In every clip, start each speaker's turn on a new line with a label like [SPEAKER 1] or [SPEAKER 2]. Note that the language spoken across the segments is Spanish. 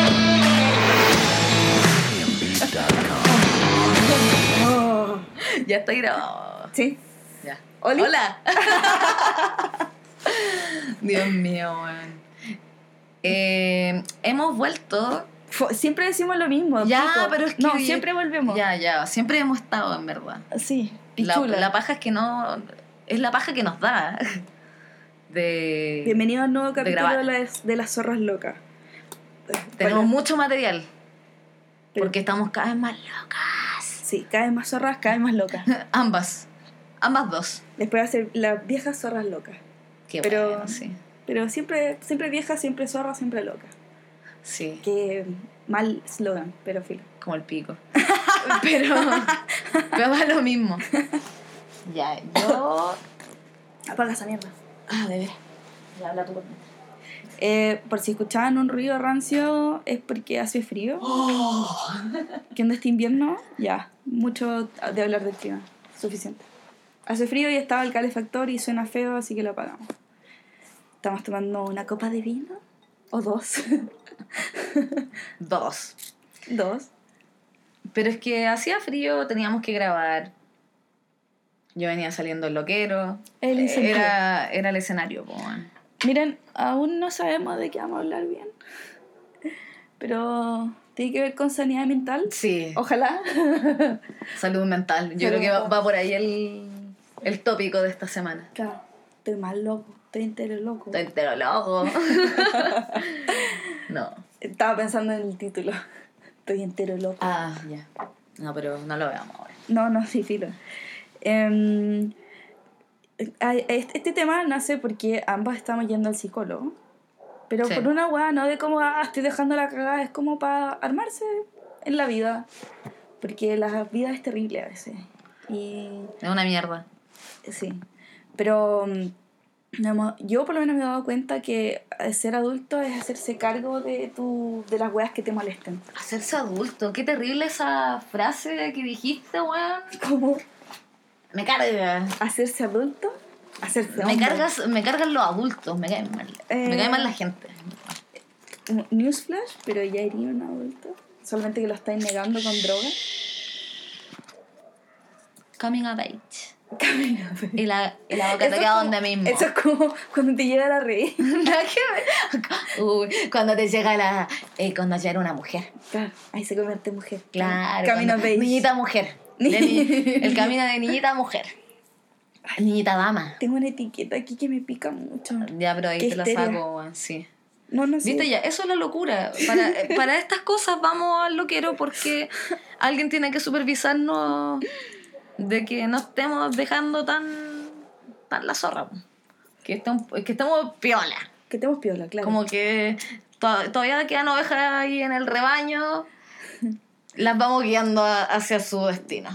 [SPEAKER 1] ya está grabado.
[SPEAKER 2] Sí.
[SPEAKER 1] Ya.
[SPEAKER 2] Oli.
[SPEAKER 1] Hola. Dios mío, weón. Eh, hemos vuelto.
[SPEAKER 2] Fo- Siempre decimos lo mismo.
[SPEAKER 1] Ya,
[SPEAKER 2] pico.
[SPEAKER 1] pero es que-
[SPEAKER 2] No, siempre volvemos.
[SPEAKER 1] Ya, ya. Siempre hemos estado, en verdad.
[SPEAKER 2] Sí.
[SPEAKER 1] La,
[SPEAKER 2] Pichula.
[SPEAKER 1] la paja es que no. Es la paja que nos da. De.
[SPEAKER 2] Bienvenido al nuevo capítulo
[SPEAKER 1] grabar.
[SPEAKER 2] de las, de las zorras locas.
[SPEAKER 1] tenemos
[SPEAKER 2] Hola.
[SPEAKER 1] mucho material.
[SPEAKER 2] Pero-
[SPEAKER 1] Porque estamos cada vez más locas.
[SPEAKER 2] Sí, cada vez más zorras, cada vez más locas.
[SPEAKER 1] Ambas. Ambas dos.
[SPEAKER 2] Después va a ser las viejas zorras locas.
[SPEAKER 1] Qué
[SPEAKER 2] Pero-
[SPEAKER 1] bueno, sí.
[SPEAKER 2] Pero siempre, siempre vieja, siempre zorra, siempre loca.
[SPEAKER 1] Sí,
[SPEAKER 2] Qué mal slogan, pero filo.
[SPEAKER 1] como el pico. pero, pero va lo mismo. Ya, yo.
[SPEAKER 2] Apaga esa mierda.
[SPEAKER 1] Ah, de veras. Ya habla tú por mí.
[SPEAKER 2] Eh, por si escuchaban un ruido rancio, es porque hace frío. que en este invierno, ya, mucho de hablar del clima, suficiente. Hace frío y estaba el calefactor y suena feo, así que lo apagamos. Estamos tomando una copa de vino, o dos,
[SPEAKER 1] Dos.
[SPEAKER 2] dos.
[SPEAKER 1] Pero es que hacía frío, teníamos que grabar. Yo venía saliendo el loquero. Eh,
[SPEAKER 2] El incentivo.
[SPEAKER 1] era, era el escenario, po, weón.
[SPEAKER 2] Miren, aún no sabemos de qué vamos a hablar bien, pero tiene que ver con sanidad mental,
[SPEAKER 1] Sí.
[SPEAKER 2] ojalá.
[SPEAKER 1] Salud mental. Yo
[SPEAKER 2] Oh.
[SPEAKER 1] creo
[SPEAKER 2] Salud
[SPEAKER 1] que va,
[SPEAKER 2] mental.
[SPEAKER 1] va por ahí el, el tópico de esta semana.
[SPEAKER 2] Claro, estoy más loco, estoy entero loco.
[SPEAKER 1] Estoy entero loco. no.
[SPEAKER 2] Estaba pensando en el título, estoy entero loco.
[SPEAKER 1] Ah, ya. No, pero no lo veamos ahora.
[SPEAKER 2] No, no, sí, filo. Em, a- este este tema nace porque ambas estamos yendo al psicólogo. Pero
[SPEAKER 1] Sí.
[SPEAKER 2] por una weá, no de como, ah, estoy dejando la cagada, es como para armarse en la vida. Porque la vida es terrible a veces. Y
[SPEAKER 1] Es una mierda.
[SPEAKER 2] sí. Pero mm, no hemos- yo por lo menos me he dado cuenta que eh, ser adulto es hacerse cargo de, tu, de las weas que te molesten.
[SPEAKER 1] Hacerse adulto. Qué terrible esa frase que dijiste, weón.
[SPEAKER 2] Como
[SPEAKER 1] Me carga.
[SPEAKER 2] hacerse adulto, hacerse
[SPEAKER 1] Me,
[SPEAKER 2] hombre.
[SPEAKER 1] cargas, me cargan los adultos. Me caen mal. Me
[SPEAKER 2] Eh.
[SPEAKER 1] cae mal la gente.
[SPEAKER 2] como newsflash, pero ya iría un adulto. Solamente que lo estáis negando con droga.
[SPEAKER 1] Coming of age.
[SPEAKER 2] Camino, pues.
[SPEAKER 1] Y la, y la boca
[SPEAKER 2] Eso
[SPEAKER 1] te
[SPEAKER 2] es
[SPEAKER 1] queda
[SPEAKER 2] como-
[SPEAKER 1] donde mismo.
[SPEAKER 2] Eso es como cuando te llega la reír.
[SPEAKER 1] Nada que ver. Uy, cuando te llega la. eh, cuando ya era una mujer.
[SPEAKER 2] Claro, ahí se convierte en mujer.
[SPEAKER 1] Claro.
[SPEAKER 2] Camino
[SPEAKER 1] cuando-
[SPEAKER 2] beige.
[SPEAKER 1] Niñita mujer. De ni- el camino de niñita mujer. Niñita dama.
[SPEAKER 2] Tengo una etiqueta aquí que me pica mucho.
[SPEAKER 1] Ya, pero ahí
[SPEAKER 2] Qué
[SPEAKER 1] te la
[SPEAKER 2] histeria.
[SPEAKER 1] saco, weón, sí.
[SPEAKER 2] No, no sé.
[SPEAKER 1] Viste ya, eso es la locura. Para, eh, para estas cosas vamos al loquero porque alguien tiene que supervisarnos de que no estemos dejando tan, tan la zorra. po. Que estemos, que estemos piola.
[SPEAKER 2] Que tenemos piola, claro.
[SPEAKER 1] Como que to- todavía quedan ovejas ahí en el rebaño. Las vamos guiando a- hacia su destino.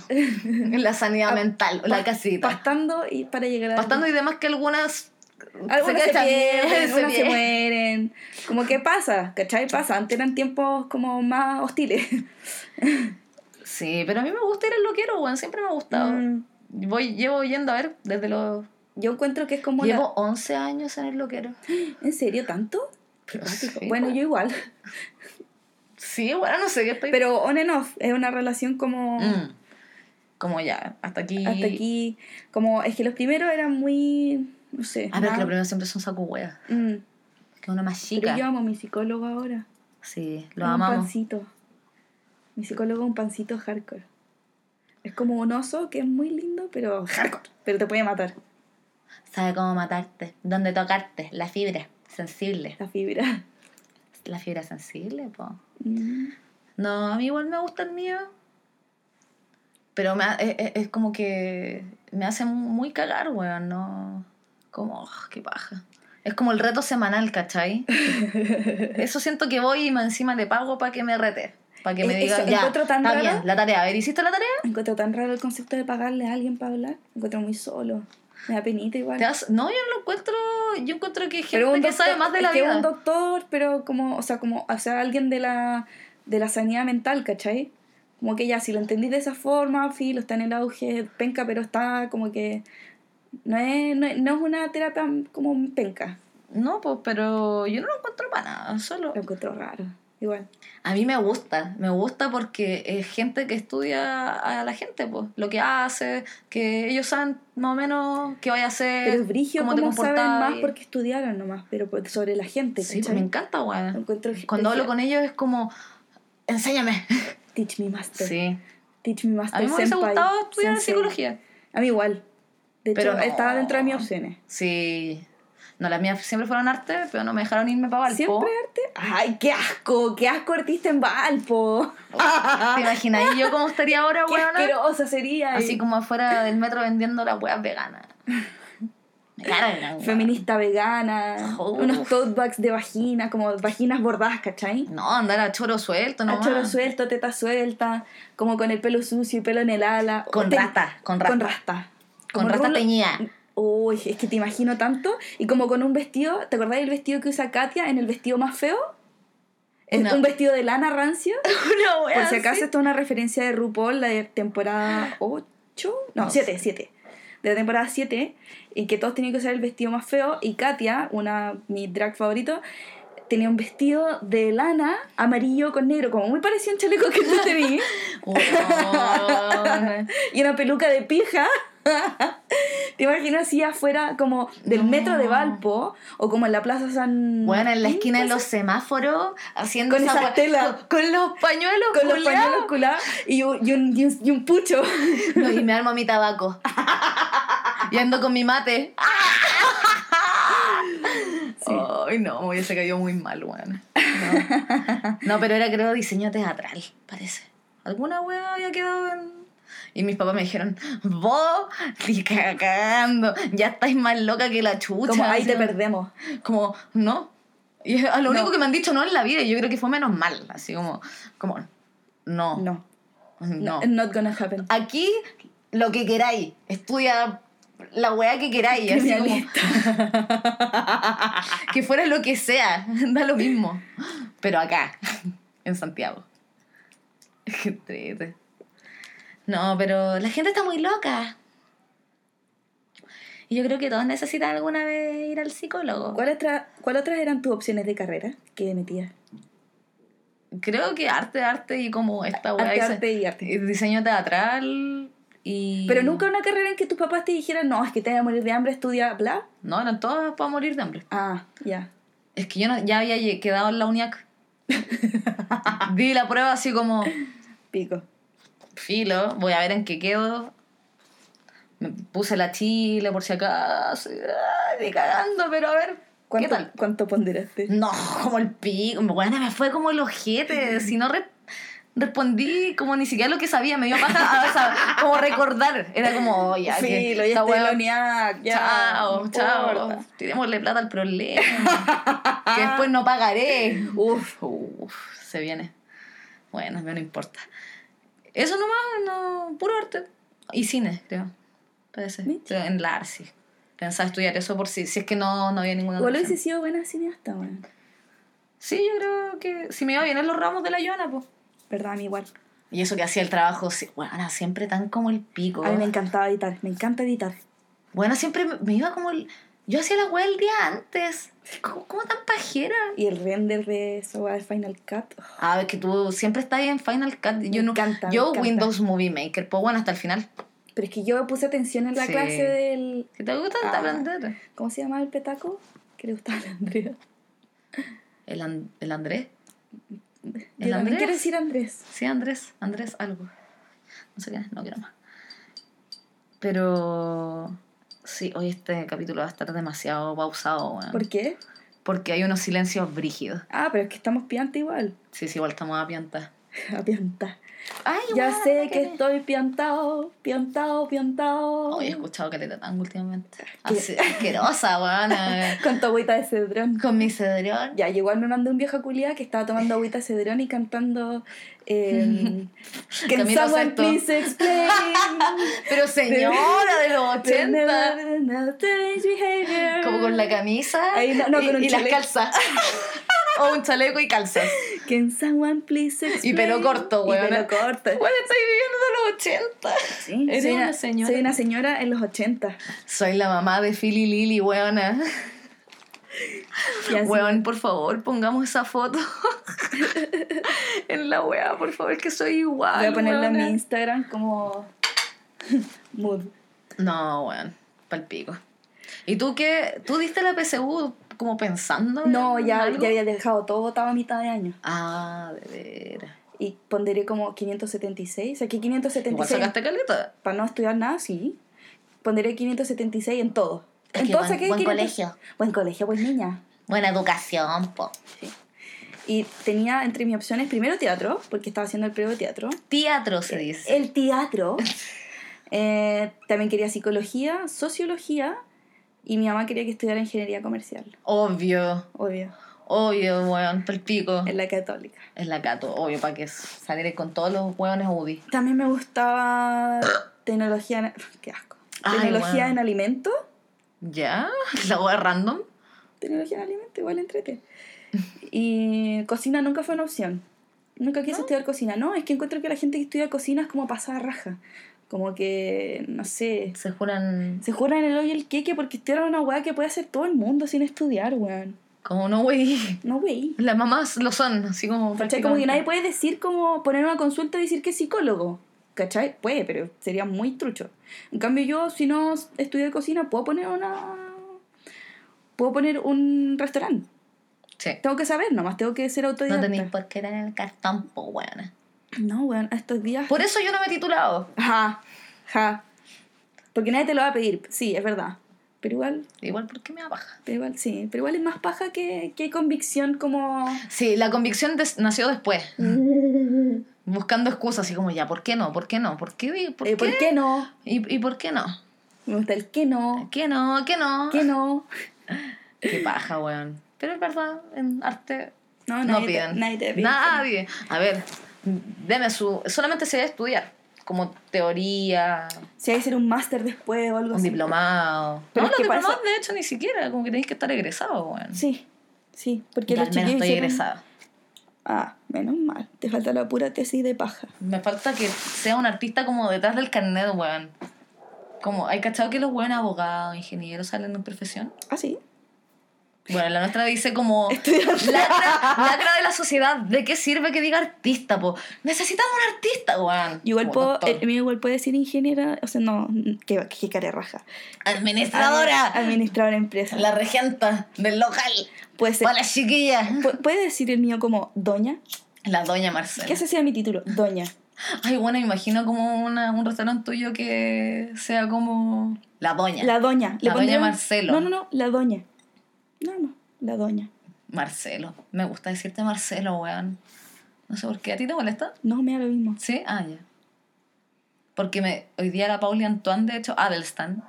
[SPEAKER 1] La sanidad mental, la
[SPEAKER 2] Ah, Pa-
[SPEAKER 1] casita.
[SPEAKER 2] Pastando y para llegar a.
[SPEAKER 1] Bastando y demás que algunas...
[SPEAKER 2] Algunas se,
[SPEAKER 1] cachan,
[SPEAKER 2] pierden,
[SPEAKER 1] se
[SPEAKER 2] algunas se
[SPEAKER 1] pierden.
[SPEAKER 2] mueren. Como que pasa, ¿cachai? Pasa. Antes eran tiempos como más hostiles.
[SPEAKER 1] Sí, pero a mí me gusta ir al loquero, weón. Siempre me ha gustado.
[SPEAKER 2] Mm.
[SPEAKER 1] Voy, llevo yendo a ver desde los...
[SPEAKER 2] Yo encuentro que es como. la-
[SPEAKER 1] Llevo 11 años en el loquero.
[SPEAKER 2] ¿En serio tanto?
[SPEAKER 1] Pero sí,
[SPEAKER 2] bueno, yo igual.
[SPEAKER 1] Sí, bueno, no sé qué estoy...
[SPEAKER 2] Pero on and off, es una relación como
[SPEAKER 1] Mm. Como ya, hasta aquí...
[SPEAKER 2] hasta aquí. Como es que los primeros eran muy. No sé.
[SPEAKER 1] Ah, pero es que
[SPEAKER 2] más-
[SPEAKER 1] los primeros siempre son saco hueá.
[SPEAKER 2] Mm,
[SPEAKER 1] Es que uno más
[SPEAKER 2] pero
[SPEAKER 1] chica.
[SPEAKER 2] yo amo a mi psicólogo ahora.
[SPEAKER 1] Sí, lo
[SPEAKER 2] Es Un
[SPEAKER 1] amamos.
[SPEAKER 2] pancito. Mi psicólogo es un pancito hardcore. Es como un oso que es muy lindo, pero hardcore. Pero te puede matar
[SPEAKER 1] Sabe cómo matarte, dónde tocarte, la fibra sensible.
[SPEAKER 2] la fibra.
[SPEAKER 1] La fibra sensible, po.
[SPEAKER 2] Mm.
[SPEAKER 1] No, a mí igual me gusta el mío. Pero me ha- es, es- es como que me hace muy cagar, weón, ¿no? Como, oh, qué paja. Es como el reto semanal, ¿cachai? Eso siento que voy y me- encima le pago para que me rete. Para que me
[SPEAKER 2] Es-
[SPEAKER 1] diga,
[SPEAKER 2] E, eso,
[SPEAKER 1] ya,
[SPEAKER 2] encuentro tan
[SPEAKER 1] está
[SPEAKER 2] raro.
[SPEAKER 1] bien, la tarea. A ver, ¿hiciste la tarea?
[SPEAKER 2] Encuentro tan raro el concepto de pagarle a alguien para hablar. Encuentro muy solo. Me da penita igual.
[SPEAKER 1] Te das- No, yo no lo encuentro... Yo encuentro que hay gente
[SPEAKER 2] pero un
[SPEAKER 1] que
[SPEAKER 2] doctor-
[SPEAKER 1] sabe más de
[SPEAKER 2] es
[SPEAKER 1] la
[SPEAKER 2] que
[SPEAKER 1] vida.
[SPEAKER 2] un doctor, pero como, o sea, como, o sea, alguien de la, de la sanidad mental, ¿cachai? Como que ya, si lo entendí de esa forma, filo, está en el auge, penca, pero está como que. No es, no, es- no es una terapia como penca.
[SPEAKER 1] No, pues, pero yo no lo encuentro para nada. Solo
[SPEAKER 2] Lo encuentro raro. Igual.
[SPEAKER 1] A mí me gusta, me gusta porque es gente que estudia a la gente, pues, lo que hace, que ellos saben más o menos qué vaya a hacer,
[SPEAKER 2] Pero es brigio
[SPEAKER 1] cómo
[SPEAKER 2] como
[SPEAKER 1] te
[SPEAKER 2] saben
[SPEAKER 1] comportas.
[SPEAKER 2] más
[SPEAKER 1] y-
[SPEAKER 2] porque estudiaron nomás, pero por- sobre la gente.
[SPEAKER 1] Sí, pues,
[SPEAKER 2] ¿cachai?
[SPEAKER 1] me encanta,
[SPEAKER 2] Lo
[SPEAKER 1] weón.
[SPEAKER 2] Encuentro
[SPEAKER 1] Cuando hablo
[SPEAKER 2] brigio.
[SPEAKER 1] con ellos es como, enséñame.
[SPEAKER 2] Teach me master.
[SPEAKER 1] Sí.
[SPEAKER 2] Teach me
[SPEAKER 1] A
[SPEAKER 2] master.
[SPEAKER 1] mí me hubiese
[SPEAKER 2] senpai,
[SPEAKER 1] gustado estudiar
[SPEAKER 2] sensei.
[SPEAKER 1] psicología.
[SPEAKER 2] A mí igual. De hecho,
[SPEAKER 1] Pero no.
[SPEAKER 2] estaba dentro de mis opciones.
[SPEAKER 1] Sí. No, las mías siempre fueron arte, pero no me dejaron irme para Valpo.
[SPEAKER 2] ¿Siempre arte? ¡Ay, qué asco! ¡Qué asco artista en Valpo!
[SPEAKER 1] ¿Te imaginas? ¿Y yo cómo estaría ahora,
[SPEAKER 2] ¡Qué
[SPEAKER 1] weona?
[SPEAKER 2] asquerosa sería! y-
[SPEAKER 1] Así como afuera del metro vendiendo las weas veganas. Me cargan, weón.
[SPEAKER 2] Feminista vegana,
[SPEAKER 1] Uf.
[SPEAKER 2] unos tote bags de vagina, como vaginas bordadas, ¿cachai?
[SPEAKER 1] No, andar a choro suelto, no.
[SPEAKER 2] A choro suelto, teta suelta, como con el pelo sucio y pelo en el ala.
[SPEAKER 1] Con
[SPEAKER 2] Te-
[SPEAKER 1] rasta, con rasta.
[SPEAKER 2] Con rasta.
[SPEAKER 1] Con
[SPEAKER 2] Como
[SPEAKER 1] rasta
[SPEAKER 2] rulo-
[SPEAKER 1] teñida.
[SPEAKER 2] Uy, es que te imagino tanto. Y como con un vestido, ¿te acordás del vestido que usa Katia en el vestido más feo? En
[SPEAKER 1] No.
[SPEAKER 2] Un vestido de lana rancio.
[SPEAKER 1] Una wea
[SPEAKER 2] Por si acaso,
[SPEAKER 1] así.
[SPEAKER 2] esto es una referencia de RuPaul, la de temporada 8, no, 7, 7. De la temporada 7, en que todos tenían que usar el vestido más feo. Y Katia, una mi drag favorito, tenía un vestido de lana amarillo con negro, como muy parecido a un chaleco que yo tenía.
[SPEAKER 1] Weón.
[SPEAKER 2] y una peluca de pija. ¿Te imaginas si afuera como del metro de Valpo o como en la plaza San...
[SPEAKER 1] Weón, en la
[SPEAKER 2] Martín,
[SPEAKER 1] esquina de los semáforos, haciendo
[SPEAKER 2] Con esas
[SPEAKER 1] wea-
[SPEAKER 2] telas.
[SPEAKER 1] Con, con los pañuelos,
[SPEAKER 2] con los
[SPEAKER 1] culeados.
[SPEAKER 2] pañuelos culados y un, y un- y un- y un pucho.
[SPEAKER 1] No, y me armo mi tabaco. Y ando con mi mate. Ay, no, me hubiese caído muy mal, weón. No. No, pero era creo diseño teatral, parece. Alguna weá había quedado en... Y mis papás me dijeron, vos, ni cagando, ya estáis más loca que la chucha.
[SPEAKER 2] como ahí
[SPEAKER 1] Así
[SPEAKER 2] te
[SPEAKER 1] como-
[SPEAKER 2] perdemos.
[SPEAKER 1] Como, no. Y es a lo
[SPEAKER 2] No.
[SPEAKER 1] único que me han dicho no en la vida, y yo creo que fue menos mal. Así como, como, no, no.
[SPEAKER 2] No, no. Not gonna happen.
[SPEAKER 1] aquí lo que queráis. Estudia la weá que queráis. Así como, que fuera lo que sea, da lo mismo. Pero acá, en Santiago. Qué triste. No, pero la gente está muy loca. Y yo creo que todos necesitan alguna vez ir al psicólogo.
[SPEAKER 2] ¿Cuál, otra- cuál otras eran tus opciones de carrera que metías?
[SPEAKER 1] Creo que arte, arte y como esta weá.
[SPEAKER 2] Arte,
[SPEAKER 1] dise-
[SPEAKER 2] arte y arte.
[SPEAKER 1] Diseño teatral y...
[SPEAKER 2] Pero nunca una carrera en que tus papás te dijeran, no, es que te vas a morir de hambre, estudia, bla.
[SPEAKER 1] No, eran todas para morir de hambre.
[SPEAKER 2] Ah, ya.
[SPEAKER 1] Es que yo no- ya había lle- quedado en la UNIAC. Di la prueba así como,
[SPEAKER 2] Pico.
[SPEAKER 1] filo, voy a ver en qué quedo. Me puse la chile por si acaso. Ay, ni cagando, pero a ver. ¿Qué
[SPEAKER 2] ¿Cuánto,
[SPEAKER 1] tal?
[SPEAKER 2] ¿Cuánto ponderaste?
[SPEAKER 1] No, como el pico. Bueno, me fue como el ojete. Si no re- respondí como ni siquiera lo que sabía, me dio paja. o sea, como recordar. Era como, oye,
[SPEAKER 2] Sí, lo ya
[SPEAKER 1] esta
[SPEAKER 2] estoy en la
[SPEAKER 1] weá-
[SPEAKER 2] UNIAC, ya.
[SPEAKER 1] Chao,
[SPEAKER 2] no
[SPEAKER 1] chao.
[SPEAKER 2] importa.
[SPEAKER 1] Tirémosle plata al problema. que después no pagaré. Uf, uf, se viene. Bueno, no importa. Eso nomás, no, puro arte. Y cine, creo. Parece.
[SPEAKER 2] Mitch.
[SPEAKER 1] Creo, en la Arsi. Pensaba estudiar eso por si, si es que no, no había ninguna.
[SPEAKER 2] Igual
[SPEAKER 1] opción.
[SPEAKER 2] hubiese sido buena cineasta, weón.
[SPEAKER 1] Sí, yo creo que si me iba bien en los ramos de la Joana, pues.
[SPEAKER 2] ¿Verdad? A mí igual.
[SPEAKER 1] Y eso que hacía el trabajo, sí, bueno, siempre tan como el pico.
[SPEAKER 2] A mí me encantaba editar, me encanta editar.
[SPEAKER 1] Bueno, siempre me- me iba como el... Yo hacía la web el día antes. ¿Cómo, cómo tan pajera?
[SPEAKER 2] Y el render de esa weá de Final Cut. oh,
[SPEAKER 1] Ah, es que tú siempre estás ahí en Final Cut. Yo no,
[SPEAKER 2] encanta, me
[SPEAKER 1] Yo
[SPEAKER 2] encanta.
[SPEAKER 1] Windows Movie Maker, pues bueno, hasta el final.
[SPEAKER 2] Pero es que yo puse atención en la
[SPEAKER 1] Sí.
[SPEAKER 2] clase del.
[SPEAKER 1] Si te gusta,
[SPEAKER 2] Ah.
[SPEAKER 1] te aprender.
[SPEAKER 2] ¿Cómo se llama el petaco? Que le gustaba a la Andrea.
[SPEAKER 1] El, An- el Andrés.
[SPEAKER 2] Yo también
[SPEAKER 1] Andrés?
[SPEAKER 2] quiero decir Andrés.
[SPEAKER 1] Sí, Andrés. Andrés algo. No sé qué, no quiero más. Pero... Sí, hoy este capítulo va a estar demasiado pausado, weón.
[SPEAKER 2] ¿Por qué?
[SPEAKER 1] Porque hay unos silencios brígidos.
[SPEAKER 2] Ah, pero es que estamos pianta igual.
[SPEAKER 1] Sí, sí, igual estamos a pianta.
[SPEAKER 2] A pianta.
[SPEAKER 1] Ay,
[SPEAKER 2] Ya
[SPEAKER 1] weón,
[SPEAKER 2] sé
[SPEAKER 1] anda
[SPEAKER 2] que
[SPEAKER 1] me-
[SPEAKER 2] estoy piantado, piantado, piantado.
[SPEAKER 1] Hoy he escuchado que le tango últimamente.
[SPEAKER 2] ¿Qué?
[SPEAKER 1] Así, asquerosa, weón.
[SPEAKER 2] Con tu agüita de cedrón.
[SPEAKER 1] Con mi cedrón.
[SPEAKER 2] Ya, y igual me mandó un viejo culiado que estaba tomando agüita de cedrón y cantando. Eh, Can
[SPEAKER 1] Camilo
[SPEAKER 2] someone
[SPEAKER 1] Sexto.
[SPEAKER 2] please explain.
[SPEAKER 1] Pero señora de los 80,
[SPEAKER 2] Teenage behavior.
[SPEAKER 1] como con la camisa
[SPEAKER 2] Ahí no- no,
[SPEAKER 1] y,
[SPEAKER 2] con un
[SPEAKER 1] y las
[SPEAKER 2] chaleco.
[SPEAKER 1] calzas. o un chaleco y calzas.
[SPEAKER 2] Can someone please explain.
[SPEAKER 1] pelo corto,
[SPEAKER 2] Y
[SPEAKER 1] weona.
[SPEAKER 2] pelo corto.
[SPEAKER 1] Bueno, estoy viviendo los 80.
[SPEAKER 2] Sí,
[SPEAKER 1] Eres
[SPEAKER 2] soy
[SPEAKER 1] una señora.
[SPEAKER 2] Soy una señora en los 80.
[SPEAKER 1] Soy la mamá de Philly Lily, weona.
[SPEAKER 2] Y así-
[SPEAKER 1] Weón, por favor, pongamos esa foto en la weá, por favor, que soy igual.
[SPEAKER 2] Voy a ponerla en mi
[SPEAKER 1] weona.
[SPEAKER 2] Instagram como mood.
[SPEAKER 1] No, weón, palpico. ¿Y tú qué? ¿Tú diste la PSU como pensando? en
[SPEAKER 2] No, ya,
[SPEAKER 1] algo?
[SPEAKER 2] ya había dejado todo votado a mitad de año.
[SPEAKER 1] Ah, de veras.
[SPEAKER 2] Y pondré como 576. Saqué
[SPEAKER 1] Igual
[SPEAKER 2] 576.
[SPEAKER 1] sacaste caleta.
[SPEAKER 2] Para no estudiar nada, sí. Pondré 576 en todo.
[SPEAKER 1] Es
[SPEAKER 2] en
[SPEAKER 1] que
[SPEAKER 2] todo
[SPEAKER 1] buen-
[SPEAKER 2] saqué
[SPEAKER 1] buen
[SPEAKER 2] 500
[SPEAKER 1] colegio.
[SPEAKER 2] Buen colegio, buen niña.
[SPEAKER 1] Buena educación, po.
[SPEAKER 2] Y tenía entre mis opciones primero teatro, porque estaba haciendo el previo de teatro.
[SPEAKER 1] Teatro
[SPEAKER 2] Eh,
[SPEAKER 1] se dice.
[SPEAKER 2] El teatro. Eh, también quería psicología, sociología. Y mi mamá quería que estudiara ingeniería comercial.
[SPEAKER 1] Obvio,
[SPEAKER 2] Obvio.
[SPEAKER 1] obvio, weón, palpico.
[SPEAKER 2] En la católica.
[SPEAKER 1] Es la gato, obvio, para que salir con todos los hueones UDI.
[SPEAKER 2] También me gustaba tecnología en... Qué asco.
[SPEAKER 1] Ay,
[SPEAKER 2] Tecnología
[SPEAKER 1] bueno.
[SPEAKER 2] en alimento.
[SPEAKER 1] ¿Ya? ¿La hueá random?
[SPEAKER 2] Tecnología en alimento, igual entrete. Y cocina nunca fue una opción. Nunca quise estudiar cocina. No, es que encuentro que la gente que estudia cocina es como pasada raja. Como que, no sé,
[SPEAKER 1] Se juran
[SPEAKER 2] se juran el hoyo y el queque porque estudiaron una weá que puede hacer todo el mundo sin estudiar, weón.
[SPEAKER 1] como no, güey.
[SPEAKER 2] No, wey.
[SPEAKER 1] Las mamás lo son, así como.
[SPEAKER 2] ¿Cachai? Como que nadie
[SPEAKER 1] prácticamente.
[SPEAKER 2] puede decir como poner una consulta y decir que es psicólogo. ¿Cachai? Puede, pero sería muy trucho. En cambio yo, si no estudié cocina, puedo poner una... Puedo poner un restaurante.
[SPEAKER 1] Sí.
[SPEAKER 2] Tengo que saber, nomás tengo que ser
[SPEAKER 1] No
[SPEAKER 2] autodidacta.
[SPEAKER 1] tenéis por qué dar el cartón, po, weona.
[SPEAKER 2] No, weón, estos días.
[SPEAKER 1] Por eso yo no me he titulado.
[SPEAKER 2] Ja, ja. Porque nadie te lo va a pedir, sí, es verdad. Pero igual,
[SPEAKER 1] Igual porque me da paja.
[SPEAKER 2] pero igual, sí. Pero igual es más paja que, que convicción como.
[SPEAKER 1] Sí, la convicción des- nació después. Buscando excusas, así como ya, ¿por qué no? ¿Por qué no? ¿Por qué? di- ¿Por
[SPEAKER 2] eh,
[SPEAKER 1] qué?
[SPEAKER 2] ¿Por qué no?
[SPEAKER 1] ¿Y, y por qué no?
[SPEAKER 2] Me gusta el que no,
[SPEAKER 1] ¿Qué no? ¿Qué no?
[SPEAKER 2] que no.
[SPEAKER 1] Qué paja, weón. Pero es verdad, en arte
[SPEAKER 2] No,
[SPEAKER 1] No
[SPEAKER 2] nadie te-
[SPEAKER 1] piden.
[SPEAKER 2] nadie te pide.
[SPEAKER 1] Nadie. A ver, deme su. Solamente se debe estudiar. Como teoría,
[SPEAKER 2] Si hay que hacer un máster después o algo
[SPEAKER 1] un
[SPEAKER 2] así.
[SPEAKER 1] diplomado.
[SPEAKER 2] Pero
[SPEAKER 1] no,
[SPEAKER 2] es
[SPEAKER 1] los
[SPEAKER 2] que para
[SPEAKER 1] diplomados, de hecho, ni siquiera. Como que tenéis que estar egresado, weón.
[SPEAKER 2] Sí, sí. Porque
[SPEAKER 1] Yo
[SPEAKER 2] los
[SPEAKER 1] al menos
[SPEAKER 2] chiquillos
[SPEAKER 1] estoy
[SPEAKER 2] hicieron-
[SPEAKER 1] egresada.
[SPEAKER 2] Ah, menos mal. Te falta la pura tesis de paja.
[SPEAKER 1] Me falta que sea un artista como detrás del carnet, weón. Como, ¿hay cachado que los buenos abogados, ingenieros salen en profesión?
[SPEAKER 2] Ah, sí.
[SPEAKER 1] Bueno, la nuestra dice como lacra, lacra de la sociedad. ¿De qué sirve que diga artista, po? Necesitamos un artista, weón.
[SPEAKER 2] Igual
[SPEAKER 1] Como
[SPEAKER 2] puedo,
[SPEAKER 1] doctor.
[SPEAKER 2] eh, mira, igual puedo decir ingeniera, o sea, no, que, que cara de raja.
[SPEAKER 1] Administradora.
[SPEAKER 2] Admi- Administradora de empresa.
[SPEAKER 1] La regenta del local.
[SPEAKER 2] Puede ser.
[SPEAKER 1] Hola, chiquilla.
[SPEAKER 2] pu- ¿Puede decir el mío como doña?
[SPEAKER 1] La doña
[SPEAKER 2] ¿Qué
[SPEAKER 1] Marcela.
[SPEAKER 2] ese sea mi título? Doña.
[SPEAKER 1] Ay, bueno, imagino como una- un restaurante tuyo que sea como. La doña.
[SPEAKER 2] La doña.
[SPEAKER 1] La doña Marcelo.
[SPEAKER 2] No, no, no, la doña. No, no, la doña.
[SPEAKER 1] Marcelo. Me gusta decirte Marcelo, weón. No sé por qué. ¿A ti te molesta?
[SPEAKER 2] No, me da lo mismo.
[SPEAKER 1] ¿Sí? Ah, ya. Porque me, hoy día la Pauli Antoine, de hecho, Adelstan,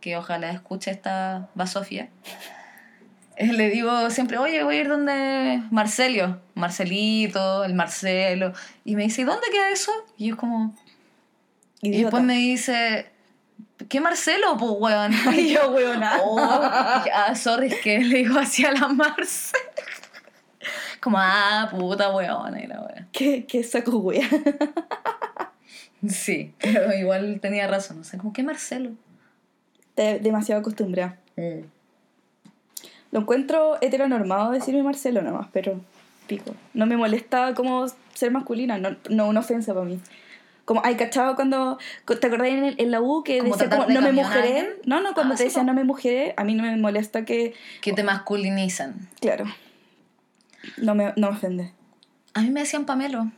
[SPEAKER 1] que ojalá escuche esta basofia, eh, le digo siempre, oye, voy a ir donde Marcelio, Marcelito, el Marcelo. Y me dice, ¿y dónde queda eso? Y yo es como... Y
[SPEAKER 2] Idiota.
[SPEAKER 1] después me dice, ¿qué Marcelo, pues, weón?
[SPEAKER 2] Ay, yo, huevona.
[SPEAKER 1] Oh, ah, sorry, es que le digo así a la Marce. Como, ah, puta weona y la weona.
[SPEAKER 2] ¿Qué, qué saco wea?
[SPEAKER 1] Sí, pero igual tenía razón. O sea, como que Marcelo.
[SPEAKER 2] Te- demasiado acostumbrada. Lo encuentro heteronormado decirme Marcelo nomás, pero pico. No me molesta como ser masculina, no, no una ofensa para mí. Como, ay, cachado cuando. co- ¿Te acordás en, el- en la U que
[SPEAKER 1] Como
[SPEAKER 2] decía
[SPEAKER 1] tratar
[SPEAKER 2] como,
[SPEAKER 1] de
[SPEAKER 2] no me
[SPEAKER 1] cambiar a
[SPEAKER 2] mujeré?
[SPEAKER 1] alguien?
[SPEAKER 2] No, no, cuando
[SPEAKER 1] Ah,
[SPEAKER 2] te
[SPEAKER 1] sí,
[SPEAKER 2] decía
[SPEAKER 1] po.
[SPEAKER 2] no me mujeré, a mí no me molesta que.
[SPEAKER 1] Que te masculinizan.
[SPEAKER 2] Claro. No me, no me ofende.
[SPEAKER 1] A mí me decían Pamelo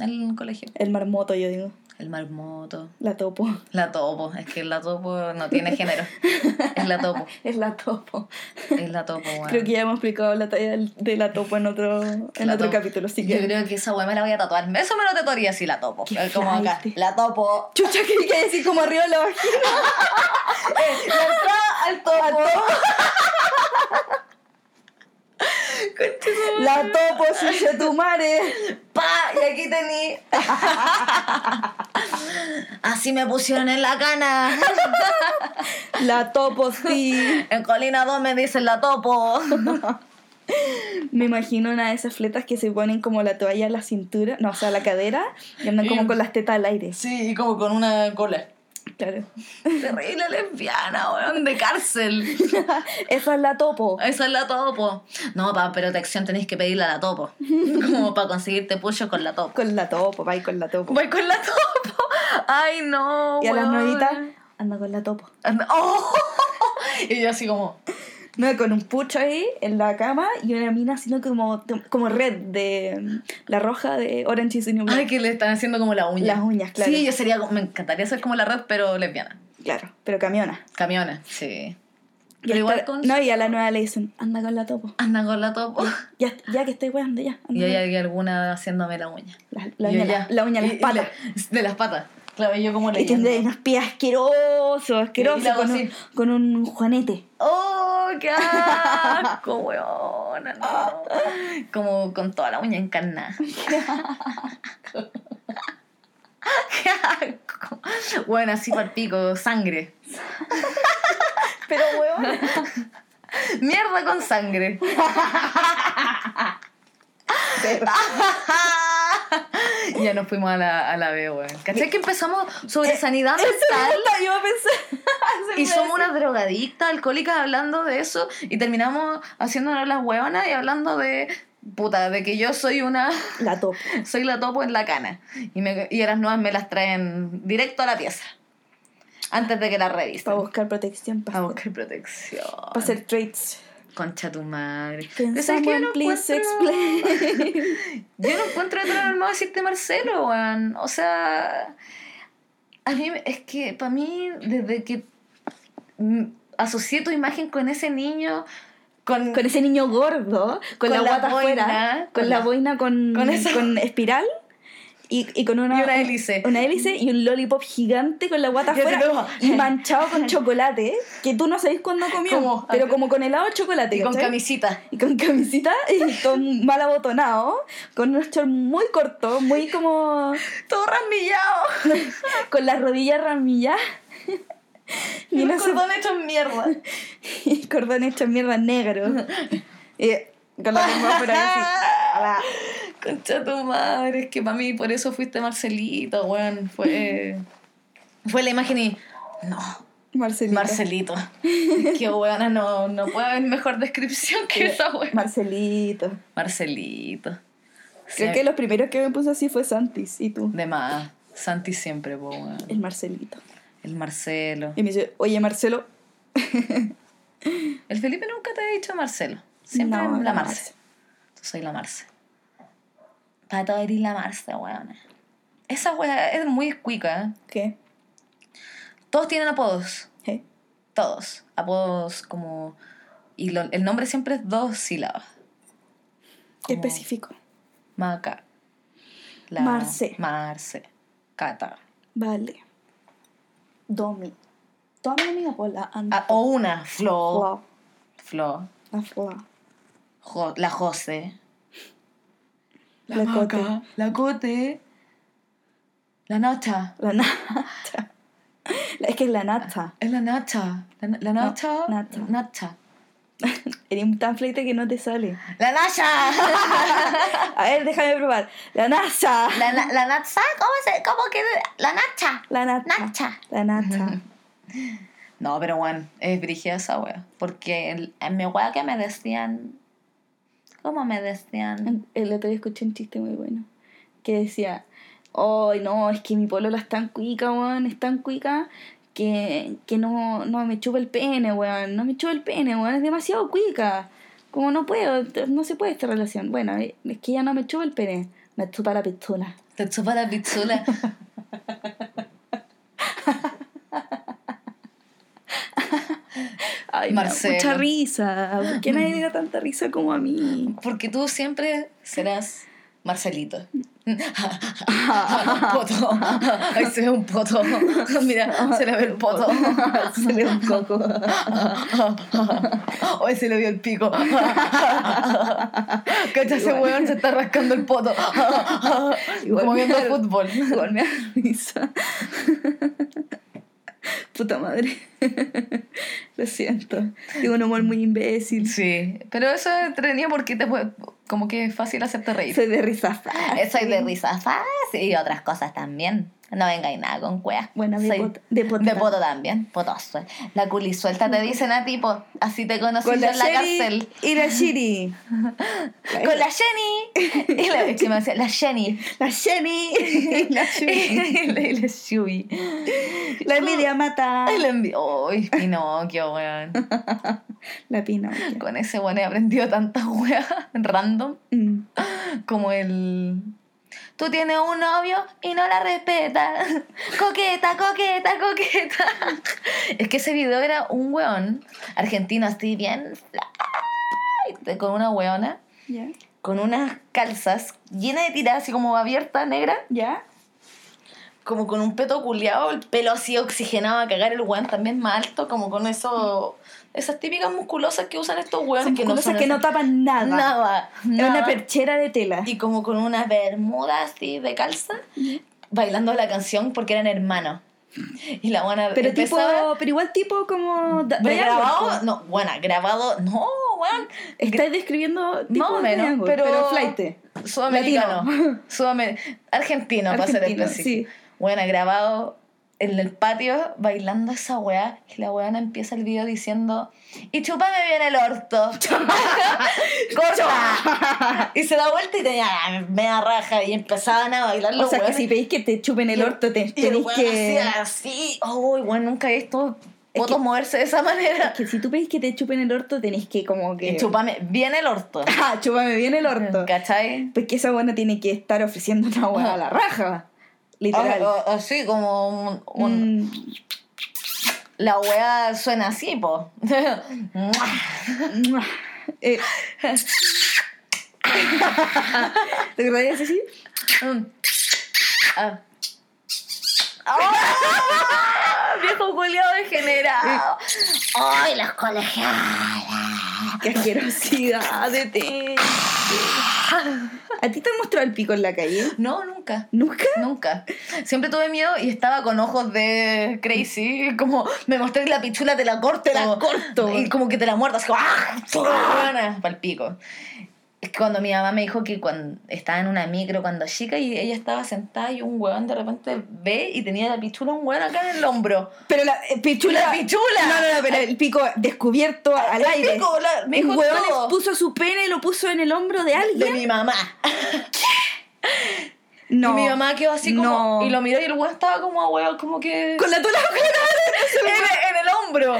[SPEAKER 1] en el colegio.
[SPEAKER 2] El marmoto, yo digo.
[SPEAKER 1] El marmoto.
[SPEAKER 2] La topo.
[SPEAKER 1] La topo. Es que la topo no tiene género. Es la topo.
[SPEAKER 2] Es la topo.
[SPEAKER 1] Es la topo, weón.
[SPEAKER 2] Creo que ya hemos explicado la talla del- de la topo en otro, en
[SPEAKER 1] La
[SPEAKER 2] otro
[SPEAKER 1] topo.
[SPEAKER 2] capítulo, así
[SPEAKER 1] Yo
[SPEAKER 2] que.
[SPEAKER 1] creo que esa weá me la voy a tatuar. Eso me lo tatuaría si la topo.
[SPEAKER 2] Qué
[SPEAKER 1] Como acá.
[SPEAKER 2] flight.
[SPEAKER 1] La topo.
[SPEAKER 2] Chucha, que que decir como arriba de la vagina.
[SPEAKER 1] Al ¡ah, topo.
[SPEAKER 2] La topo, sucia tu mare.
[SPEAKER 1] ¡Pa! Y aquí tení. Así me pusieron en la cana.
[SPEAKER 2] La topo, sí.
[SPEAKER 1] En Colina 2 me dicen la topo.
[SPEAKER 2] Me imagino una de esas fletas que se ponen como la toalla a la cintura, no, o sea, a la cadera, y andan como con las tetas al aire.
[SPEAKER 1] Sí, y como con una cola.
[SPEAKER 2] Claro.
[SPEAKER 1] Terrible lesbiana, weón, de cárcel.
[SPEAKER 2] Esa es la topo.
[SPEAKER 1] Eso es la topo. No, para protección tenéis que pedirla a la topo. Como para conseguirte pucho con la topo.
[SPEAKER 2] Con la topo, va con la topo.
[SPEAKER 1] Voy con la topo. Ay, no.
[SPEAKER 2] Y a las
[SPEAKER 1] weón.
[SPEAKER 2] nuevitas, anda con la topo.
[SPEAKER 1] Anda- ¡Oh! Y yo así como.
[SPEAKER 2] No, con un pucho ahí en la cama y una mina, sino como, como red de mm, la roja de Orange is the New Black.
[SPEAKER 1] Ay, que le están haciendo como la uña.
[SPEAKER 2] Las uñas, claro.
[SPEAKER 1] Sí, yo sería. como- Me encantaría ser como la red, pero lesbiana.
[SPEAKER 2] Claro, pero camiona.
[SPEAKER 1] Camiones, sí.
[SPEAKER 2] Y
[SPEAKER 1] Pero igual
[SPEAKER 2] esta-
[SPEAKER 1] con.
[SPEAKER 2] No, y a la nueva le dicen, anda con la topo.
[SPEAKER 1] Anda con la topo.
[SPEAKER 2] Ya, ya que estoy weando, ya.
[SPEAKER 1] Y
[SPEAKER 2] anda con-
[SPEAKER 1] ahí hay alguna haciéndome la uña.
[SPEAKER 2] La, la
[SPEAKER 1] Yo
[SPEAKER 2] uña,
[SPEAKER 1] ya.
[SPEAKER 2] la, la uña,
[SPEAKER 1] Y-
[SPEAKER 2] las
[SPEAKER 1] y
[SPEAKER 2] patas.
[SPEAKER 1] la- de las patas. Claro, yo como
[SPEAKER 2] Y tendré
[SPEAKER 1] leyendo.
[SPEAKER 2] unos pies asquerosos,
[SPEAKER 1] Y la
[SPEAKER 2] asquerosos, con
[SPEAKER 1] voz así.
[SPEAKER 2] un, con un juanete.
[SPEAKER 1] ¡Oh, qué asco, weona! No. Como con toda la uña encarnada. ¡Qué asco! Bueno, así para el pico, sangre.
[SPEAKER 2] Pero weón.
[SPEAKER 1] Mierda con sangre. Y ya nos fuimos a la, a la B, weón. ¿Cachai que empezamos sobre sanidad mental?
[SPEAKER 2] yo iba a pensar. Eso
[SPEAKER 1] Y
[SPEAKER 2] iba a
[SPEAKER 1] somos unas drogadictas, alcohólicas hablando de eso y terminamos haciéndonos las hueonas y hablando de puta, de que yo soy una
[SPEAKER 2] decir. La topo.
[SPEAKER 1] soy la topo en la cana y, me, y a las nuevas me las traen directo a la pieza antes de que las
[SPEAKER 2] Para
[SPEAKER 1] revisen.
[SPEAKER 2] buscar protección,
[SPEAKER 1] Para
[SPEAKER 2] para
[SPEAKER 1] buscar protección.
[SPEAKER 2] hacer trades.
[SPEAKER 1] Concha tu madre. Pero
[SPEAKER 2] Can
[SPEAKER 1] ¿sabes qué? Yo no
[SPEAKER 2] someone please
[SPEAKER 1] encuentro-
[SPEAKER 2] explain?
[SPEAKER 1] Yo no encuentro tan normal decirte Marcelo, weón. O sea, a mí me- es que para mí, desde que mm, asocié tu imagen con ese niño, con,
[SPEAKER 2] con ese niño gordo,
[SPEAKER 1] Con
[SPEAKER 2] con, la
[SPEAKER 1] la
[SPEAKER 2] guata
[SPEAKER 1] boina,
[SPEAKER 2] afuera, con
[SPEAKER 1] con
[SPEAKER 2] la
[SPEAKER 1] la-
[SPEAKER 2] boina con,
[SPEAKER 1] con esa-
[SPEAKER 2] con espiral y, y con una,
[SPEAKER 1] y una hélice.
[SPEAKER 2] una hélice y un lollipop gigante con la guata
[SPEAKER 1] Yo te
[SPEAKER 2] afuera
[SPEAKER 1] lo-
[SPEAKER 2] y manchado con chocolate, que tú no sabés cuándo comió,
[SPEAKER 1] Como-
[SPEAKER 2] pero como con helado de chocolate.
[SPEAKER 1] y con
[SPEAKER 2] ¿cachai?
[SPEAKER 1] camisita.
[SPEAKER 2] y con camisita y con mal abotonado, con unos shorts muy cortos, muy como
[SPEAKER 1] Todo ramillado.
[SPEAKER 2] con las rodillas ramilladas.
[SPEAKER 1] Y
[SPEAKER 2] Y
[SPEAKER 1] un
[SPEAKER 2] no sé
[SPEAKER 1] cordón hecho mierda.
[SPEAKER 2] y cordón hecho mierda negro. Y con la lengua fuera así. Ala.
[SPEAKER 1] Concha tu madre, es que para mí por eso fuiste Marcelito, weón. Fue, fue la imagen y. No,
[SPEAKER 2] Marcelita.
[SPEAKER 1] Marcelito. Qué buena, no, no puede haber mejor descripción que esa, weón.
[SPEAKER 2] Marcelito.
[SPEAKER 1] Marcelito.
[SPEAKER 2] Creo
[SPEAKER 1] Sí,
[SPEAKER 2] que los primeros que me puso así fue Santis y tú.
[SPEAKER 1] De más. Santi siempre, po, weón.
[SPEAKER 2] El Marcelito.
[SPEAKER 1] El Marcelo.
[SPEAKER 2] Y me dice, oye Marcelo.
[SPEAKER 1] El Felipe nunca te ha dicho Marcelo. Siempre
[SPEAKER 2] No,
[SPEAKER 1] la Marce. Tú soy la Marce. Para todo eres la Marce, weón. Esa weá es muy cuica. ¿eh?
[SPEAKER 2] ¿Qué?
[SPEAKER 1] Todos tienen apodos.
[SPEAKER 2] ¿Eh?
[SPEAKER 1] Todos. Apodos como. Y lo- el nombre siempre es dos sílabas.
[SPEAKER 2] ¿Qué
[SPEAKER 1] Como-
[SPEAKER 2] específico?
[SPEAKER 1] Maca.
[SPEAKER 2] Marce.
[SPEAKER 1] Marce. Cata.
[SPEAKER 2] Vale. Domi. Toda mi amiga pues, Pola anda.
[SPEAKER 1] Ah, oh. o una. Flo.
[SPEAKER 2] Fla,
[SPEAKER 1] Flo.
[SPEAKER 2] La fla.
[SPEAKER 1] Jo- la Jose.
[SPEAKER 2] La
[SPEAKER 1] Maca,
[SPEAKER 2] Cote.
[SPEAKER 1] La cote. La nacha.
[SPEAKER 2] La nata. La- Es que es la nata.
[SPEAKER 1] Es la nacha. La, na- la nacha.
[SPEAKER 2] nacha.
[SPEAKER 1] nacha.
[SPEAKER 2] Eres tan fleite que no te sale.
[SPEAKER 1] La nacha.
[SPEAKER 2] A ver, déjame probar. La nasa.
[SPEAKER 1] La, na- la nacha. ¿Cómo se.? ¿Cómo que.? La nacha.
[SPEAKER 2] La nata.
[SPEAKER 1] Nacha.
[SPEAKER 2] La nata.
[SPEAKER 1] No, pero bueno, es brígida esa wea. Porque el- en mi wea que me decían. ¿Cómo me decían?
[SPEAKER 2] El otro día escuché un chiste muy bueno que decía, ay no, es que mi polola es tan cuica, weón, es tan cuica que, que no, no me chupa el pene, weón, no me chupa el pene, weón, es demasiado cuica. Como no puedo, t- no se puede esta relación. Bueno, eh, es que ya no me chupa el pene, me chupa la pistola.
[SPEAKER 1] Te chupa la pichula.
[SPEAKER 2] Ay, me da
[SPEAKER 1] Marcelo.
[SPEAKER 2] mucha risa. ¿Por qué nadie le da tanta risa como a mí?
[SPEAKER 1] Porque tú siempre serás Marcelito. poto. Ahí se ve un poto. Mira, se le ve el poto.
[SPEAKER 2] Se le un coco.
[SPEAKER 1] Hoy se le vio el pico. Cacha, ese
[SPEAKER 2] Igual.
[SPEAKER 1] weón se está rascando el poto.
[SPEAKER 2] Igual.
[SPEAKER 1] Como viendo fútbol.
[SPEAKER 2] Igual me da risa. Puta madre. Lo siento. Tengo un humor muy imbécil.
[SPEAKER 1] Sí, pero eso es entretenido porque te puede- como que es fácil hacerte reír. Ah,
[SPEAKER 2] Soy de risa. fácil.
[SPEAKER 1] Soy de risa fácil y otras cosas también. No vengáis nada con cuea.
[SPEAKER 2] Bueno, de
[SPEAKER 1] Soy
[SPEAKER 2] poto- de poto
[SPEAKER 1] de
[SPEAKER 2] también.
[SPEAKER 1] poto también. Potoso. La culisuelta te dicen a ti, po. Así te conocí yo
[SPEAKER 2] Con
[SPEAKER 1] en
[SPEAKER 2] la,
[SPEAKER 1] la
[SPEAKER 2] Sherry
[SPEAKER 1] cárcel.
[SPEAKER 2] y la Shiri.
[SPEAKER 1] Con la Jenny. Y la, que me decía, la Jenny.
[SPEAKER 2] La Jenny y la Shiri.
[SPEAKER 1] y la, y la Shubi.
[SPEAKER 2] La envidia mata.
[SPEAKER 1] Ay, la envi- Uy, Pinocchio, weón.
[SPEAKER 2] La pino.
[SPEAKER 1] Con ese weón he aprendido tantas weas random
[SPEAKER 2] Mm.
[SPEAKER 1] como el. Tú tienes un novio y no la respetas. Coqueta, coqueta, coqueta. Es que ese video era un weón argentino así bien fly, con una weona,
[SPEAKER 2] ¿Ya?
[SPEAKER 1] con unas calzas llenas de tiras así como abierta, negra,
[SPEAKER 2] ¿Ya?
[SPEAKER 1] como con un peto culeado, el pelo así oxigenado a cagar, el weón también más alto, como con eso, esas típicas musculosas que usan estos weones
[SPEAKER 2] Son
[SPEAKER 1] que no
[SPEAKER 2] cosas
[SPEAKER 1] son
[SPEAKER 2] que no
[SPEAKER 1] esas-
[SPEAKER 2] tapan nada.
[SPEAKER 1] Nada,
[SPEAKER 2] Es una
[SPEAKER 1] nada.
[SPEAKER 2] perchera de tela.
[SPEAKER 1] Y como con unas bermudas así de calza, bailando la canción porque eran hermanos. Y la buena
[SPEAKER 2] Pero
[SPEAKER 1] empezaba
[SPEAKER 2] tipo, pero igual tipo como da- Diane
[SPEAKER 1] grabado,
[SPEAKER 2] Warhol.
[SPEAKER 1] no, buena, grabado, no, weón.
[SPEAKER 2] Estáis describiendo tipo
[SPEAKER 1] Más o
[SPEAKER 2] Diane
[SPEAKER 1] menos,
[SPEAKER 2] Warhol,
[SPEAKER 1] pero,
[SPEAKER 2] pero flight.
[SPEAKER 1] Sudamericano.
[SPEAKER 2] Latino.
[SPEAKER 1] Sudamer- argentino, para ser
[SPEAKER 2] Argentino,
[SPEAKER 1] específico.
[SPEAKER 2] sí.
[SPEAKER 1] Buena, grabado en el patio bailando esa weá. Y la weá empieza el video diciendo: Y chúpame bien el orto. ¡Corta! y se da vuelta y tenía media raja. Y empezaban a bailar los
[SPEAKER 2] O sea que
[SPEAKER 1] weones.
[SPEAKER 2] si pedís que te chupen el orto, te,
[SPEAKER 1] Y el
[SPEAKER 2] tenéis
[SPEAKER 1] weón
[SPEAKER 2] que.
[SPEAKER 1] hacía así. Oh, weón, nunca he visto
[SPEAKER 2] que-
[SPEAKER 1] fotos moverse de esa manera.
[SPEAKER 2] Que si tú pedís que te chupen el orto, tenés que como que.
[SPEAKER 1] Y chúpame bien el orto.
[SPEAKER 2] Ah, chúpame bien el orto.
[SPEAKER 1] ¿Cachai?
[SPEAKER 2] Pues que esa buena tiene que estar ofreciendo una buena a la raja. Literal.
[SPEAKER 1] Ah, ah, Así como un- un,
[SPEAKER 2] Mm,
[SPEAKER 1] La wea suena así, po.
[SPEAKER 2] muah. Eh. ¿Te acordáis así?
[SPEAKER 1] Mm. Ah. ¡Ah! Viejo culiao degenerado. ¡Ay, los colegialas!
[SPEAKER 2] ¡Qué asquerosidad! detente! ¿A ti te han mostrado el pico en la calle?
[SPEAKER 1] No, nunca.
[SPEAKER 2] ¿Nunca?
[SPEAKER 1] Nunca. Siempre tuve miedo y estaba con ojos de crazy. Como me mostré la pichula, te la corto.
[SPEAKER 2] Te la corto.
[SPEAKER 1] Y como que te la muerdas. ¡Ah! Palpico. Es que cuando mi mamá me dijo que cuando estaba en una micro cuando chica y ella estaba sentada y un huevón de repente ve y tenía la pichula un huevón acá en el hombro.
[SPEAKER 2] Pero la eh, pichula.
[SPEAKER 1] ¡La pichula!
[SPEAKER 2] No, no, no, pero el pico descubierto al aire.
[SPEAKER 1] pico, la- me
[SPEAKER 2] Un
[SPEAKER 1] dijo
[SPEAKER 2] huevón
[SPEAKER 1] todo.
[SPEAKER 2] puso su pene y lo puso en el hombro de
[SPEAKER 1] De
[SPEAKER 2] alguien.
[SPEAKER 1] mi mamá.
[SPEAKER 2] No.
[SPEAKER 1] Y mi mamá quedó así como.
[SPEAKER 2] No.
[SPEAKER 1] Y lo miró y el huevón estaba como a huevón, como que.
[SPEAKER 2] Con la tula.
[SPEAKER 1] en, en el hombro.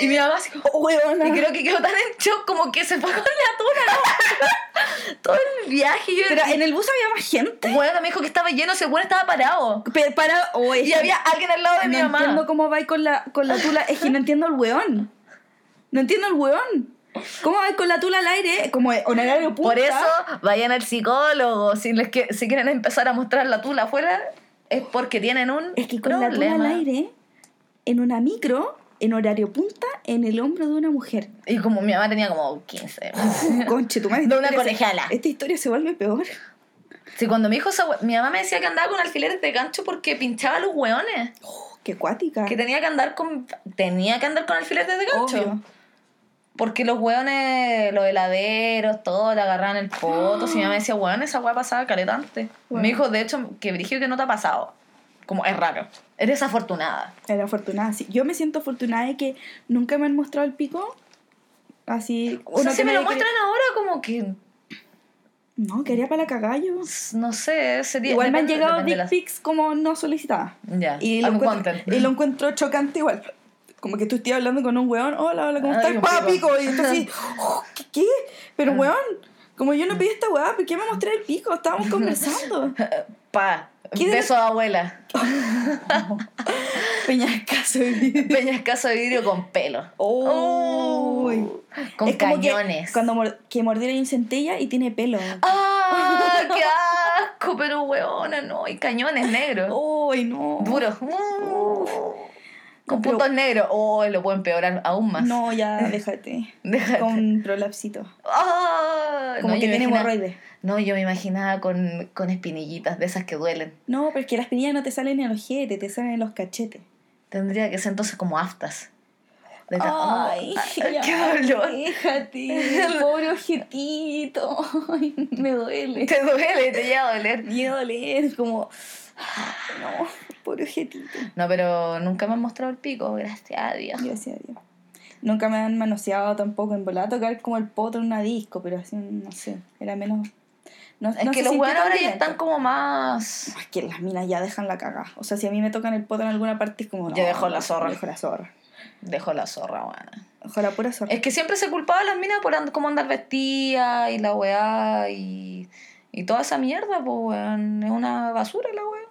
[SPEAKER 1] Y mi mamá así como.
[SPEAKER 2] Huevona.
[SPEAKER 1] Y creo que quedó tan en shock como que se fue con la tuna, ¿no? Todo el viaje. Yo,
[SPEAKER 2] Pero en el bus había más gente.
[SPEAKER 1] Bueno, me dijo que estaba lleno, ese bueno estaba parado.
[SPEAKER 2] Pe- Para. oh, es
[SPEAKER 1] Y
[SPEAKER 2] que
[SPEAKER 1] había alguien al lado de
[SPEAKER 2] No
[SPEAKER 1] mi mamá.
[SPEAKER 2] entiendo cómo va con la, con la tula. Es que no entiendo el hueón. No entiendo el hueón. ¿Cómo va con la tula al aire? Como honorario punta.
[SPEAKER 1] Por eso, vayan al psicólogo. Si les que, si quieren empezar a mostrar la tula afuera, es porque tienen un
[SPEAKER 2] Es que con la tula
[SPEAKER 1] problema.
[SPEAKER 2] al aire, en una micro, en horario punta, en el hombro de una mujer.
[SPEAKER 1] Y como mi mamá tenía como 15.
[SPEAKER 2] Conche, tu madre.
[SPEAKER 1] De
[SPEAKER 2] esta
[SPEAKER 1] una
[SPEAKER 2] historia se-
[SPEAKER 1] colegiala.
[SPEAKER 2] Esta historia se vuelve peor.
[SPEAKER 1] Sí, cuando me dijo esa hue- mi mamá me decía que andaba con alfileres de gancho porque pinchaba a los hueones.
[SPEAKER 2] Oh, qué cuática.
[SPEAKER 1] Que tenía que andar con tenía que andar con alfileres de gancho.
[SPEAKER 2] Obvio.
[SPEAKER 1] Porque los hueones, los heladeros, todo, le agarraban el
[SPEAKER 2] Ah.
[SPEAKER 1] poto. Si mi mamá decía, hueón, esa hueá pasaba caletante.
[SPEAKER 2] Bueno.
[SPEAKER 1] Me dijo, de hecho, que dirigió que no te ha pasado. Como, es raro. Eres afortunada.
[SPEAKER 2] Era afortunada, sí. Yo me siento afortunada de que nunca me han mostrado el pico. Así.
[SPEAKER 1] O sea,
[SPEAKER 2] uno
[SPEAKER 1] si
[SPEAKER 2] que
[SPEAKER 1] me
[SPEAKER 2] nadie
[SPEAKER 1] lo muestran ahora, como que,
[SPEAKER 2] quería- No, quería para la cagallo.
[SPEAKER 1] no sé, sería...
[SPEAKER 2] Igual me han
[SPEAKER 1] depende-
[SPEAKER 2] llegado
[SPEAKER 1] depende de
[SPEAKER 2] dick pics como no solicitadas.
[SPEAKER 1] las- Ya,
[SPEAKER 2] Y lo, encuentro,
[SPEAKER 1] unwanted.
[SPEAKER 2] y lo encuentro chocante igual. Como que tú estés hablando con un weón, hola, hola, ¿cómo
[SPEAKER 1] Ay,
[SPEAKER 2] estás?
[SPEAKER 1] Ah, un
[SPEAKER 2] Pa,
[SPEAKER 1] pico. Ah.
[SPEAKER 2] pico. Y tú así, oh, ¿qué, qué? Pero weón, como yo no pedí esta weá, ¿por qué me mostré el pico? Estábamos conversando.
[SPEAKER 1] Pa,
[SPEAKER 2] ¿Qué de-
[SPEAKER 1] beso a abuela.
[SPEAKER 2] Peñascaso de vidrio.
[SPEAKER 1] Peñascaso de vidrio con pelo.
[SPEAKER 2] Uy.
[SPEAKER 1] Con
[SPEAKER 2] Es como que
[SPEAKER 1] cañones.
[SPEAKER 2] cuando mor- que mordiera un centella y tiene pelo.
[SPEAKER 1] ¡Ah! ¡Qué asco! Pero hueona, no. Y cañones negros.
[SPEAKER 2] Uy, no.
[SPEAKER 1] Duros. Uh. con
[SPEAKER 2] Pero-
[SPEAKER 1] puntos negros. Oh, lo puedo empeorar aún más.
[SPEAKER 2] No, ya, déjate.
[SPEAKER 1] Déjate.
[SPEAKER 2] Con prolapsito.
[SPEAKER 1] Ah,
[SPEAKER 2] Como
[SPEAKER 1] no,
[SPEAKER 2] que
[SPEAKER 1] yo me
[SPEAKER 2] tiene
[SPEAKER 1] imagina-
[SPEAKER 2] hemorroides.
[SPEAKER 1] No, yo me imaginaba con, con espinillitas de esas que duelen.
[SPEAKER 2] No, pero es que las pinillas no te salen en el ojete, te salen en los cachetes.
[SPEAKER 1] Tendría que ser entonces como aftas. De ta-
[SPEAKER 2] Ay,
[SPEAKER 1] ay,
[SPEAKER 2] ya,
[SPEAKER 1] qué dolor.
[SPEAKER 2] Déjate, pobre ojetito. Ay, me duele.
[SPEAKER 1] Te duele, te llega a doler.
[SPEAKER 2] Me duele, es como. ah, No. Pobre objetito.
[SPEAKER 1] No, pero nunca me han mostrado el pico, gracias a Dios.
[SPEAKER 2] Gracias a Dios. Nunca me han manoseado tampoco en volar a tocar como el poto en una disco, pero así, no sé, era menos... No,
[SPEAKER 1] Es
[SPEAKER 2] no
[SPEAKER 1] que
[SPEAKER 2] se
[SPEAKER 1] los
[SPEAKER 2] sintió
[SPEAKER 1] buenos
[SPEAKER 2] tan
[SPEAKER 1] ahora ya
[SPEAKER 2] violento.
[SPEAKER 1] están como más.
[SPEAKER 2] No, es que las minas ya dejan la cagada. O sea, si a mí me tocan el poto en alguna parte, es como...
[SPEAKER 1] Ya dejó la zorra.
[SPEAKER 2] Dejo la zorra.
[SPEAKER 1] Dejo la zorra, buena.
[SPEAKER 2] Dejo la pura zorra.
[SPEAKER 1] Es que siempre se culpaba a las minas por and- cómo andar vestida y la weá y, y toda esa mierda, pues weón. Es una basura la weá.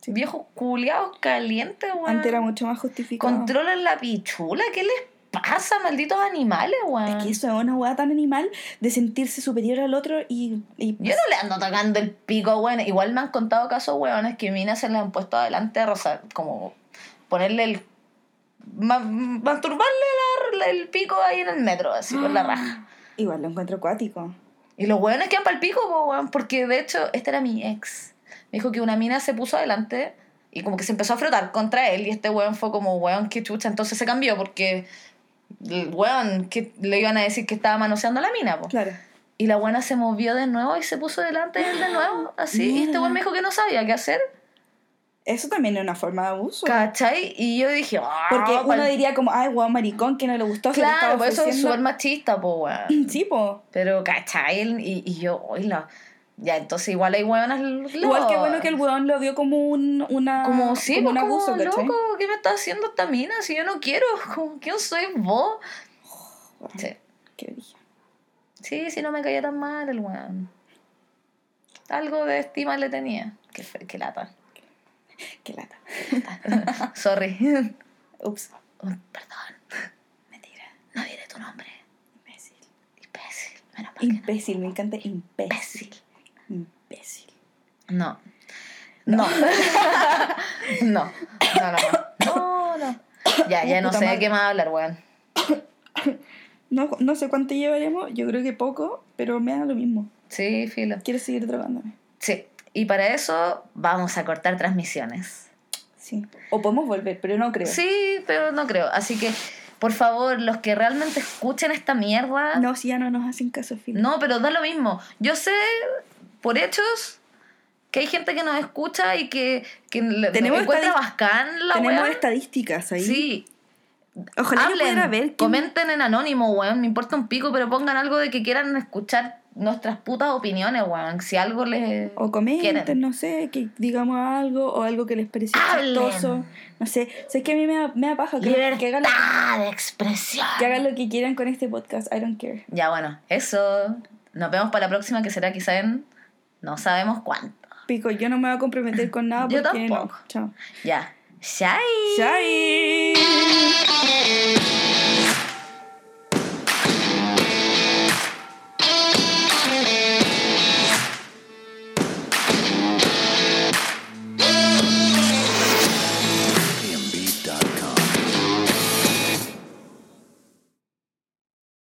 [SPEAKER 2] Sí.
[SPEAKER 1] Viejos culiados calientes, weón.
[SPEAKER 2] Antes era mucho más justificado.
[SPEAKER 1] Controlan la pichula, ¿qué les pasa, malditos animales, weón?
[SPEAKER 2] Es que eso es una hueá tan animal de sentirse superior al otro y... y-
[SPEAKER 1] Yo no le ando tocando el pico, weón. Igual me han contado casos, weones, que minas se le han puesto adelante a rozar, como ponerle el. ma- masturbarle la- el pico ahí en el metro, así, con
[SPEAKER 2] Ah.
[SPEAKER 1] la raja.
[SPEAKER 2] Igual lo encuentro acuático.
[SPEAKER 1] Y los hueones quedan para el pico, po, weón, porque de hecho, esta era mi ex. Me dijo que una mina se puso adelante y como que se empezó a frotar contra él y este weón fue como, weón, qué chucha. Entonces se cambió porque, el weón, que le iban a decir que estaba manoseando a la mina, po.
[SPEAKER 2] Claro.
[SPEAKER 1] Y la buena se movió de nuevo y se puso delante de él de nuevo, así. Y este
[SPEAKER 2] Mierda.
[SPEAKER 1] weón me dijo que no sabía qué hacer,
[SPEAKER 2] Eso también es una forma de abuso.
[SPEAKER 1] ¿cachai? Y yo dije, ah,
[SPEAKER 2] Porque
[SPEAKER 1] pal-
[SPEAKER 2] uno diría como, ay, guau, maricón, que no le gustó. se lo
[SPEAKER 1] Claro,
[SPEAKER 2] estaba
[SPEAKER 1] pues eso es
[SPEAKER 2] ofreciendo".
[SPEAKER 1] súper machista, po, weón.
[SPEAKER 2] Sí, po.
[SPEAKER 1] Pero, ¿cachai? Y, y yo, oíla. Ya, entonces igual hay hueonas
[SPEAKER 2] Igual que
[SPEAKER 1] locas.
[SPEAKER 2] bueno que el weón lo vio como un, una,
[SPEAKER 1] como sí,
[SPEAKER 2] Ah, como
[SPEAKER 1] pues,
[SPEAKER 2] un
[SPEAKER 1] como,
[SPEAKER 2] abuso, ¿cachai?
[SPEAKER 1] loco, ¿qué me está haciendo esta mina si yo no quiero? Como, ¿Quién soy vos?
[SPEAKER 2] Guau,
[SPEAKER 1] Sí,
[SPEAKER 2] Qué brillo.
[SPEAKER 1] sí, si no me caía tan mal el weón. Algo de estima le tenía. Qué, fe- qué lata.
[SPEAKER 2] Qué lata.
[SPEAKER 1] Sorry.
[SPEAKER 2] Ups.
[SPEAKER 1] Oh, Perdón,
[SPEAKER 2] Mentira.
[SPEAKER 1] no diré tu nombre.
[SPEAKER 2] Imbécil.
[SPEAKER 1] Imbécil. Menos mal que no.
[SPEAKER 2] Imbécil, me encanta imbécil.
[SPEAKER 1] Imbécil.
[SPEAKER 2] Imbécil.
[SPEAKER 1] No. No. No. No, no, no. No, no. Ya, ya no
[SPEAKER 2] Uh, Puta
[SPEAKER 1] sé de
[SPEAKER 2] madre.
[SPEAKER 1] qué más hablar, weón.
[SPEAKER 2] No, no sé cuánto llevaremos, yo creo que poco, pero me da lo mismo.
[SPEAKER 1] Sí, filo.
[SPEAKER 2] Quiero seguir drogándome.
[SPEAKER 1] Sí. Y para eso vamos a cortar transmisiones.
[SPEAKER 2] Sí. O podemos volver, pero no creo.
[SPEAKER 1] Sí, pero no creo. Así que, por favor, los que realmente escuchen esta mierda. No,
[SPEAKER 2] No, si ya no nos hacen caso, Filo.
[SPEAKER 1] pero da lo mismo. Yo sé, por hechos, que hay gente que nos escucha y que, que le-
[SPEAKER 2] Tenemos
[SPEAKER 1] encuentra
[SPEAKER 2] estadi-
[SPEAKER 1] bacán la
[SPEAKER 2] Tenemos
[SPEAKER 1] weá.
[SPEAKER 2] estadísticas ahí.
[SPEAKER 1] Sí,
[SPEAKER 2] Ojalá que
[SPEAKER 1] hablen,
[SPEAKER 2] pudiera ver. quién-
[SPEAKER 1] comenten en anónimo, weón. Me importa un pico, pero pongan algo de que quieran escuchar nuestras putas opiniones, weón. Si algo les.
[SPEAKER 2] O comenten,
[SPEAKER 1] quieren.
[SPEAKER 2] no sé, que digamos algo o algo que les pareció
[SPEAKER 1] Hablen.
[SPEAKER 2] chistoso. No sé, o sea, es que a mí me da, me da paja que, que hagan lo,
[SPEAKER 1] Libertad de expresión.
[SPEAKER 2] que hagan lo que quieran con este podcast. I don't care.
[SPEAKER 1] Ya, bueno, eso. Nos vemos para la próxima, que será quizá en no sabemos cuánto.
[SPEAKER 2] Pico, yo no me voy a comprometer con nada
[SPEAKER 1] Yo
[SPEAKER 2] porque no.
[SPEAKER 1] tampoco.
[SPEAKER 2] Chao.
[SPEAKER 1] Ya. ¡Shai!
[SPEAKER 2] Chao.